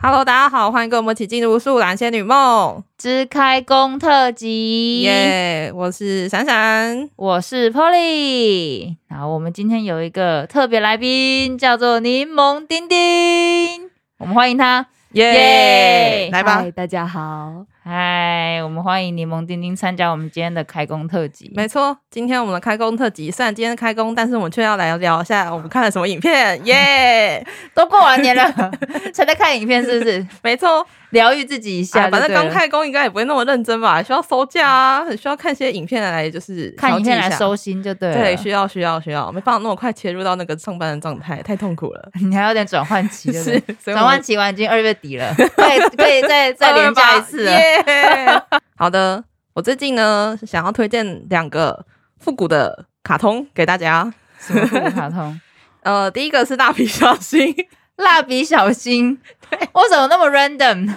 Hello，大家好，欢迎跟我们一起进入《树懒仙女梦之开工特》辑。耶我是闪闪。我是 Polly，然后我们今天有一个特别来宾，叫做柠檬丁丁，我们欢迎他。耶耶来吧嗨，，大家好。嗨，我们欢迎柠檬丁丁参加我们今天的开工特辑。没错，今天我们的开工特辑，虽然今天开工，但是我们却要来聊一下我们看了什么影 片。耶、都过 完年了，才在看影片，是不是？没错，疗愈自己一下啊就反对了、正刚开工应该也不会那么认真吧，需要收假啊，很需要看一些影片来就是看影片来调剂一下。收心就对了。对，需要需要需要，没办法那么快切入到那个上班的状态，太痛苦了。你还有点转换期，对不是对， 所以转我们换期完已经二月底了，可以可以再 再连假一次了。耶 好的，我最近呢想要推荐两个复古的卡通给大家。什么复古卡通？呃，第一个是蜡笔小新， 蜡笔小新，我怎么那么 random？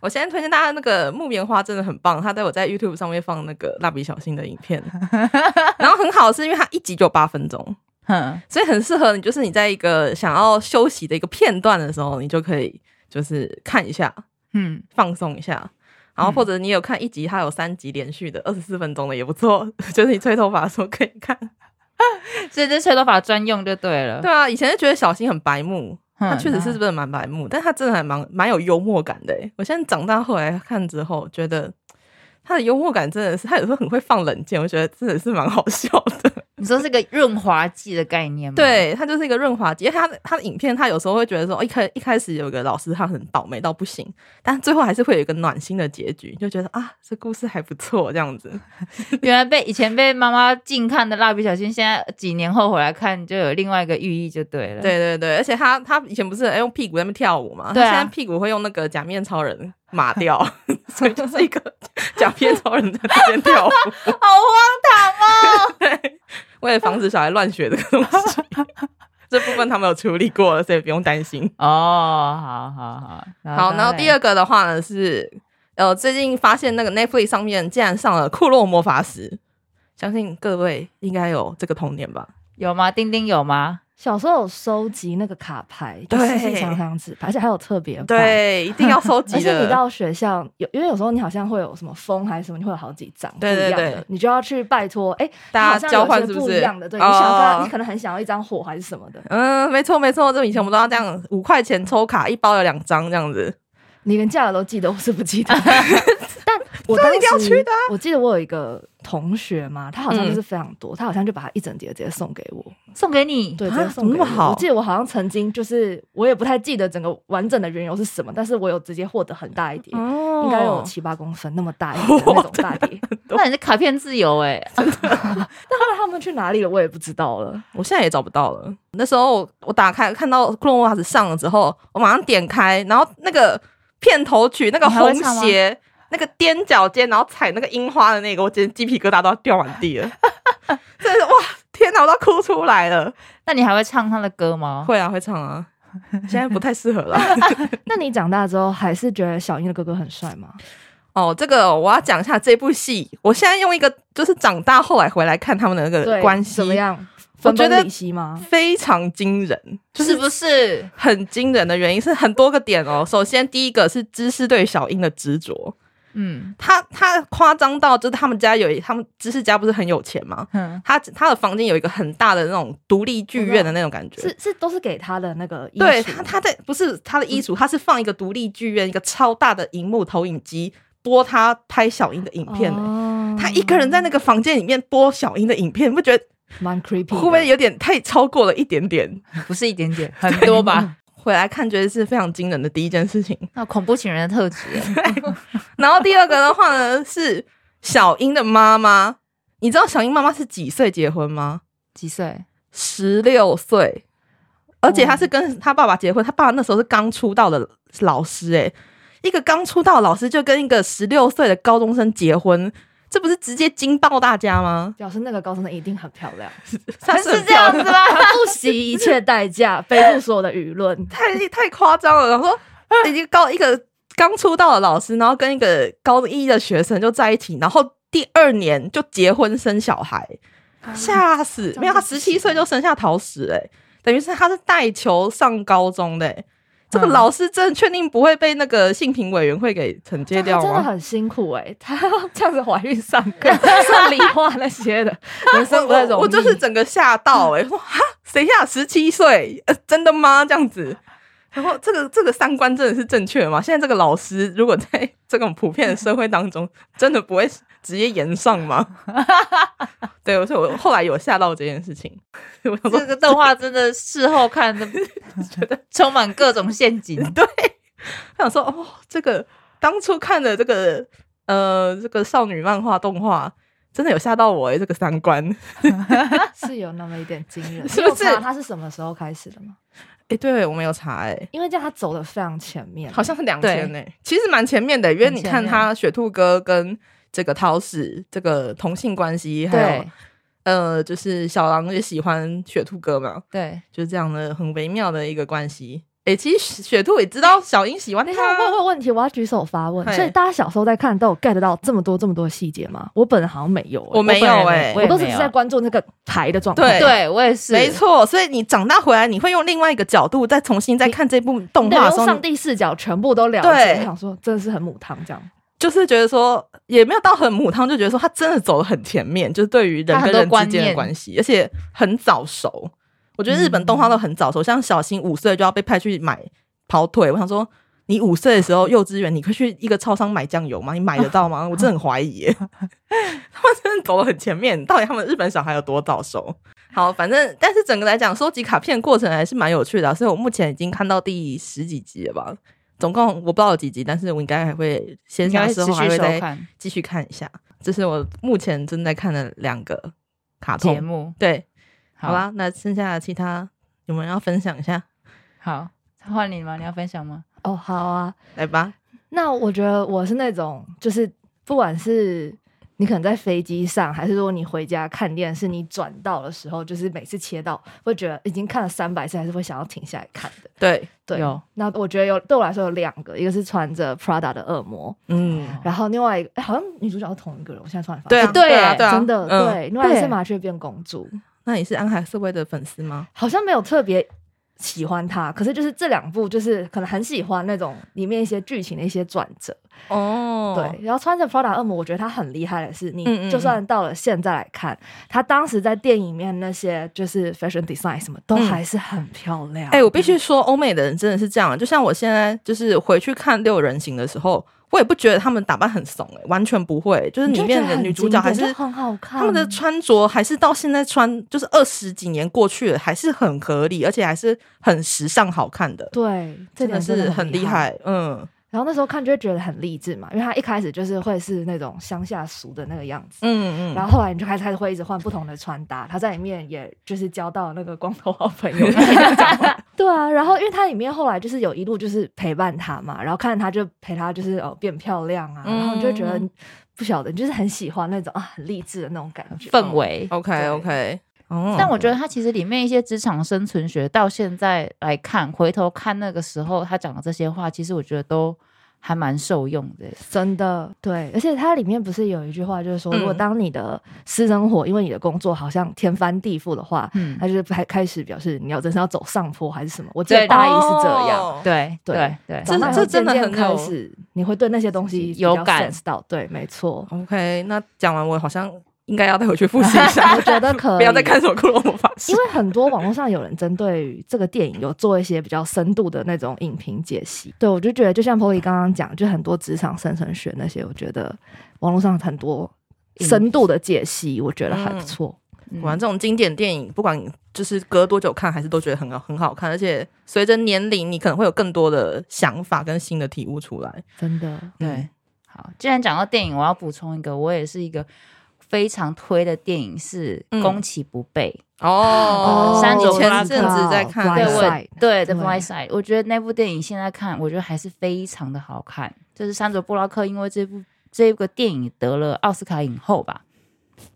我先推荐大家那个木棉花真的很棒，他在我在 YouTube 上面放那个蜡笔小新的影 片，然后很好是因为它一集就八分钟，哼，所以很适合你，就是你在一个想要休息的一个片段的时候，你就可以就是看一下，嗯，放松一下。然后或者你有看一集，它有三集连续的二十四分钟的也不错， 就是你吹头发的时候可以看。所以这吹头发专用就对了。对啊，以前就觉得小新很白目，哼，他确实是那真的蛮白目，但他真的还蛮蛮有幽默感的欸。我现在长大后来看之后，觉得他的幽默感真的是，他有时候很会放冷箭，我觉得真的是蛮好笑的。你说是个润滑剂的概念吗？，对他就是一个润滑剂，因为他的他的影片，他有时候会觉得说，哦一开一开始有个老师他很倒霉到不行，但最后还是会有一个暖心的结局，就觉得啊，这故事还不错这样子。原来被以前被妈妈禁看的蜡笔小新，现在几年后回来看就有另外一个寓意就对了。，对对对，而且他他以前不是哎用屁股在那边跳舞嘛，对啊他现在屁股会用那个假面超人码掉，所以就是一个 假面超人在那边跳舞。好荒唐哦！为了防止小孩乱学这个东西，这部分他们有处理过了，所以不用担心。哦，好好好，好，然后第二二个的话呢是，呃，最近发现那个 Netflix 上面竟然上了《库洛魔法石》，相信各位应该有这个童年吧？有吗？丁丁有吗？小时候有收集那个卡牌，就对是非常非常纸牌，而且还有特别版。对，一定要收集 而且的。你到学校有，因为有时候你好像会有什么风还是什么，你会有好几张不对一对样的，对你就要去拜托，哎、大好家像交有换些是不是？一样的？对，你想要跟他哦你可能很想要一张火还是什么的，嗯，没错没错，这以前我们都要这样，五块钱抽卡，一包有两张这样子。你连价格都记得，我是 不记得。但我当一定要去啊时我记得我有一个同学嘛，他好像就嗯是非常多，他好像就把他一整叠直接送给我。送给你。对，啊直接送怎么给那么我好我记得我好像曾经就是，我也不太记得整个完整的缘由是什么，但是我有直接获得很大一叠，哦应该有七八公分那么大一 叠的那种大叠。那你是卡片自由哎、但后来他们去哪里了，我也不知道了。我现在也找不到了。那时候我打开看到《库洛魔法石》上了之后，我马上点开，然后那个片头曲那个你还会红唱吗鞋。那个踮脚尖，然后踩那个樱花的那个，我简直鸡皮疙瘩都要掉满地了。 真的是哇，天哪，我都要哭出来了。那你还会唱他的歌 吗？会啊，会唱啊，现在不太适合了。那你长大之后还是觉得小英的哥哥很帅吗？哦，这个我要讲一下这部戏。我现在用一个就是长大后来回来看他们的那个对，呃关系，怎么样？我分觉得崩离析吗？非常惊人，就是是不是？很惊人的原因是很多个点哦。首先，第一个是芝士对小樱的执着，嗯他他夸张到就是他们家有一他们芝士家不是很有钱吗？哼，他他的房间有一个很大的那种独立剧院的那种感觉，是是，都是给他的那个衣对橱他他在不是他的衣橱，他是放一个独立剧院一个超大的荧幕投影机播他拍小樱的影片、欸。哦他一个人在那个房间里面播小樱的影片，你不觉得蛮 creepy，的会不会有点太超过了一点点？不是一点 点，很多吧？回来看，觉得是非常惊人的第一件事情。那恐怖情人的特 质欸，然后第二个的话呢，是小英的妈妈。你知道小英妈妈是几岁结婚吗？几岁？十六岁，而且她是跟她爸爸结婚，她爸爸那时候是刚出道的老师、欸，一个刚出道的老师就跟一个十六岁的高中生结婚，这不是直接惊爆大家吗？表示那个高中生一定 很漂亮。她是是很这样漂子亮，，吧？他不惜一切代价背负所有的舆论太 太夸张了。然后啊已经高一个刚出道的老师，然后跟一个高一的学生就在一起，然后第二年就结婚生小孩。吓死！啊这没有，样他就不十七行岁就生下桃石、欸，哎，等于是他是带球上高中的、欸，这嗯个老师真的确定不会被那个性评委员会给惩戒掉她真的吗？很辛苦 哎、她要这样子怀孕上课、上理化那些的，人生不太容易。我 就是整个吓到哎、欸，说哈，谁呀？十七岁，呃真的吗？这样子。然后这个这个三观真的是正确的吗？现在这个老师如果在这种普遍的社会当中，真的不会直接延上吗？对，所以我后来有吓到这件事情，我想说 这个动画真的事后看的， 觉得充满各种陷阱。他想说，哦，这个当初看的这个呃这个少女漫画动画，真的有吓到我欸诶、这个三观。是有那么一点惊人，是你有不是查她是什么时候开始的吗？诶、对我没有查欸诶、因为这样她走的非常前面，好像是两千诶，其实蛮前面的、因为你看很前面他雪兔哥跟这个桃矢这个同性关系，还有对呃就是小狼也喜欢雪兔哥嘛，对，就是这样的很微妙的一个关系。诶、其实雪兔也知道小樱喜欢等他一下，啊我问问问题，我要举手发问。嘿所以大家小时候在看都有 get 到这么多这么多细节吗？我本人好像没有欸、我没有诶、我也都是没只有在关注那个台的状对态。对我也是，没错，所以你长大回来，你会用另外一个角度再重新再看这部动对，画的时用候，上帝视角全部都了对解，我想说真的是很母汤这样。就是觉得说也没有到很母汤，就觉得说他真的走得很前面，就是对于人跟他很多人之观间的念关系，而且很早熟。我觉得日本动画都很早熟，像小新五岁就要被派去买跑腿，我想说。你五岁的时 候，幼稚园，你会去一个超商买酱油吗？你买得到吗？我真的很怀疑耶，他们真 的走得很前面。到底他们日本小孩有多早熟？好，反正但是整个来讲，收集卡片过程还是蛮有趣的啊、所以我目前已经看到第十几集了吧，总共我不知道有几集，但是我应该还会先应该下会之后持还续会收再看继续看一下。这是我目前正在看的两个卡节通。目。对，好，啦，那剩下的其他有没有要分享一下？好，换你吗？你要分享吗？哦，好啊。来吧，那我觉得我是那种，就是不管是你可能在飞机上，还是说你回家看电视，你转到的时候，就是每次切到，会觉得已经看了三百次，还是会想要停下来看的。对，对，有。那我觉得有对我来说有两个，一个是穿着 Prada 的恶魔，嗯，然后另外一个、哎好像女主角是同一个人，我现在突然发对现，啊，哦哎对啊，耶对啊，真的、嗯。对，另外一个是对麻雀变公主，那你是安海瑟薇的粉丝吗？好像没有特别喜欢她，可是就是这两部就是可能很喜欢那种里面一些剧情的一些转折，哦，对。然后穿着 Prada 恶魔，我觉得她很厉害的是，嗯嗯你嗯就算到了现在来看，她当时在电影里面那些就是 fashion design 什么都嗯还是很漂亮。哎、我必须说，欧美的人真的是这样。就像我现在就是回去看《六人行》的时候，我也不觉得他们打扮很怂、哎，完全不会、就是你里就面觉得的很女主角经还典是就很好看，他们的穿着还是到现在穿，就是二十几年过去了，还是很合理，而且还是很时尚好看的，对，这真的点真是很很厉害。害。嗯然后那时候看就会觉得很励志嘛，因为他一开始就是会是那种乡下俗的那个样子，嗯嗯，然后后来你就开始开始会一直换不同的穿搭，他在里面也就是交到那个光头好朋友，他也这样讲 话对啊，然后因为他里面后来就是有一路就是陪伴他嘛，然后看他就陪他就是哦变漂亮啊，嗯然后你就觉得不晓得你就是很喜欢那种啊很励志的那种感觉哦氛围。 OK OK，哦，但我觉得它其实里面一些职场生存学，到现在来看，回头看那个时候他讲的这些话，其实我觉得都还蛮受用的。真的对，而且它里面不是有一句话，就是说，嗯如果当你的私生活因为你的工作好像天翻地覆的话，嗯他，就是开开始表示你要真是要走上坡还是什么？我记对得大意是这样。哦，对对对对，这长大以后这真的哎渐渐很有。开始，你会对那些东西比较有感 sense 到，对，没错 OK，那讲完我好像应该要带回去复习一下 我，觉得可以，不要再看什么骷髅魔法师因。为很多网络上有人针对于这个电影有做一些比较深度的那种影评解析。对，我就觉得就像 Polly 刚刚讲，就很多职场生存学那些，我觉得网络上很多深度的解析，我觉得还不错。嗯果然，这种经典电影，不管就是隔多久看，还是都觉得很好很好看。而且随着年龄，你可能会有更多的想法跟新的体悟出来。真的，对，好，既然讲到电影，我要补充一个，我也是一个非常推的电影是嗯《攻其不备》。哦，山我竹前拉阵子在看布的，拉对，我对 Blind Side The 对 Blind Side，我觉得那部电影现在看，我觉得还是非常的好看。就是山卓布拉克因为这部这个电影得了奥斯卡影后吧，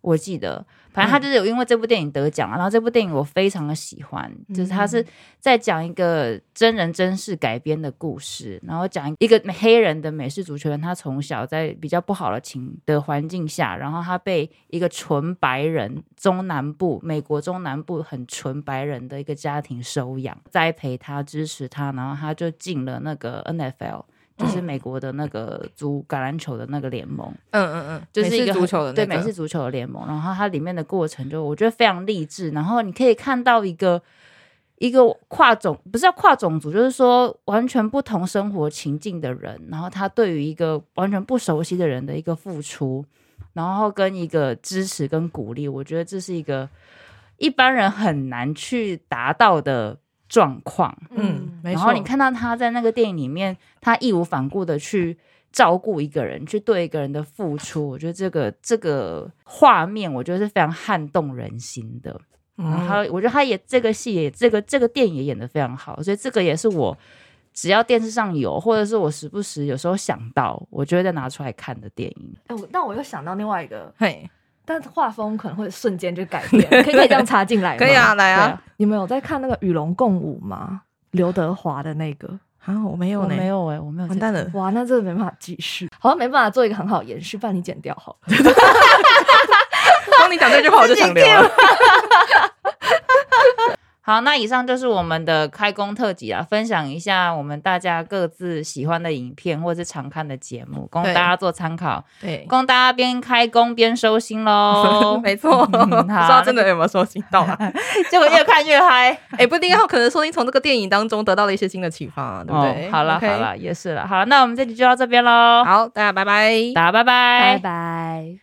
我记得，反正他就是有因为这部电影得奖啊，然后这部电影我非常的喜欢，就是他是在讲一个真人真事改编的故事，然后讲一个黑人的美式足球员，他从小在比较不好的情的环境下，然后他被一个纯白人中南部美国中南部很纯白人的一个家庭收养、栽培他、支持他，然后他就进了那个 NFL。就是美国的那个足橄榄球的那个联盟，嗯嗯嗯，就美是一式个足很球的对那美个式足球的联盟，然后它里面的过程就我觉得非常励志，然后你可以看到一个一个跨种不是要跨种族，就是说完全不同生活情境的人，然后他对于一个完全不熟悉的人的一个付出，然后跟一个支持跟鼓励，我觉得这是一个一般人很难去达到的状况。嗯，没然错。后你看到他在那个电影里面，他义无反顾的去照顾一个人，去对一个人的付出，我觉得这个这个画面，我觉得是非常撼动人心的。嗯，然后他我觉得他也这个戏也这个这个电影也演得非常好，所以这个也是我只要电视上有，或者是我时不时有时候想到，我就会再拿出来看的电影。哎、我但我又想到另外一个，嘿，但是画风可能会瞬间就改 变，可以可以这样插进来吗可以啊，，来对啊啊，你们有在看那个《与龙共舞》吗？刘德华的那个，啊，我没有哦我呢，没有哎、我没有完这蛋了，哇，那真的没办法继续，好像没办法做一个很好的延续，不然你剪掉好了。 当你讲这句话，我就想聊啊了。好，那以上就是我们的开工特辑啊，分享一下我们大家各自喜欢的影片或是常看的节目，供对大家做参考，对，供大家边开工边收心 喽。没错，不嗯知道真的有没有收听到啊？结果越看越嗨，哎，不一定要，可能说你从这个电影当中得到了一些新的启发啊，对不 对？哦好了 OK 好，了，也是了，好，那我们这集就到这边喽，好，大家拜拜。大家拜拜，拜。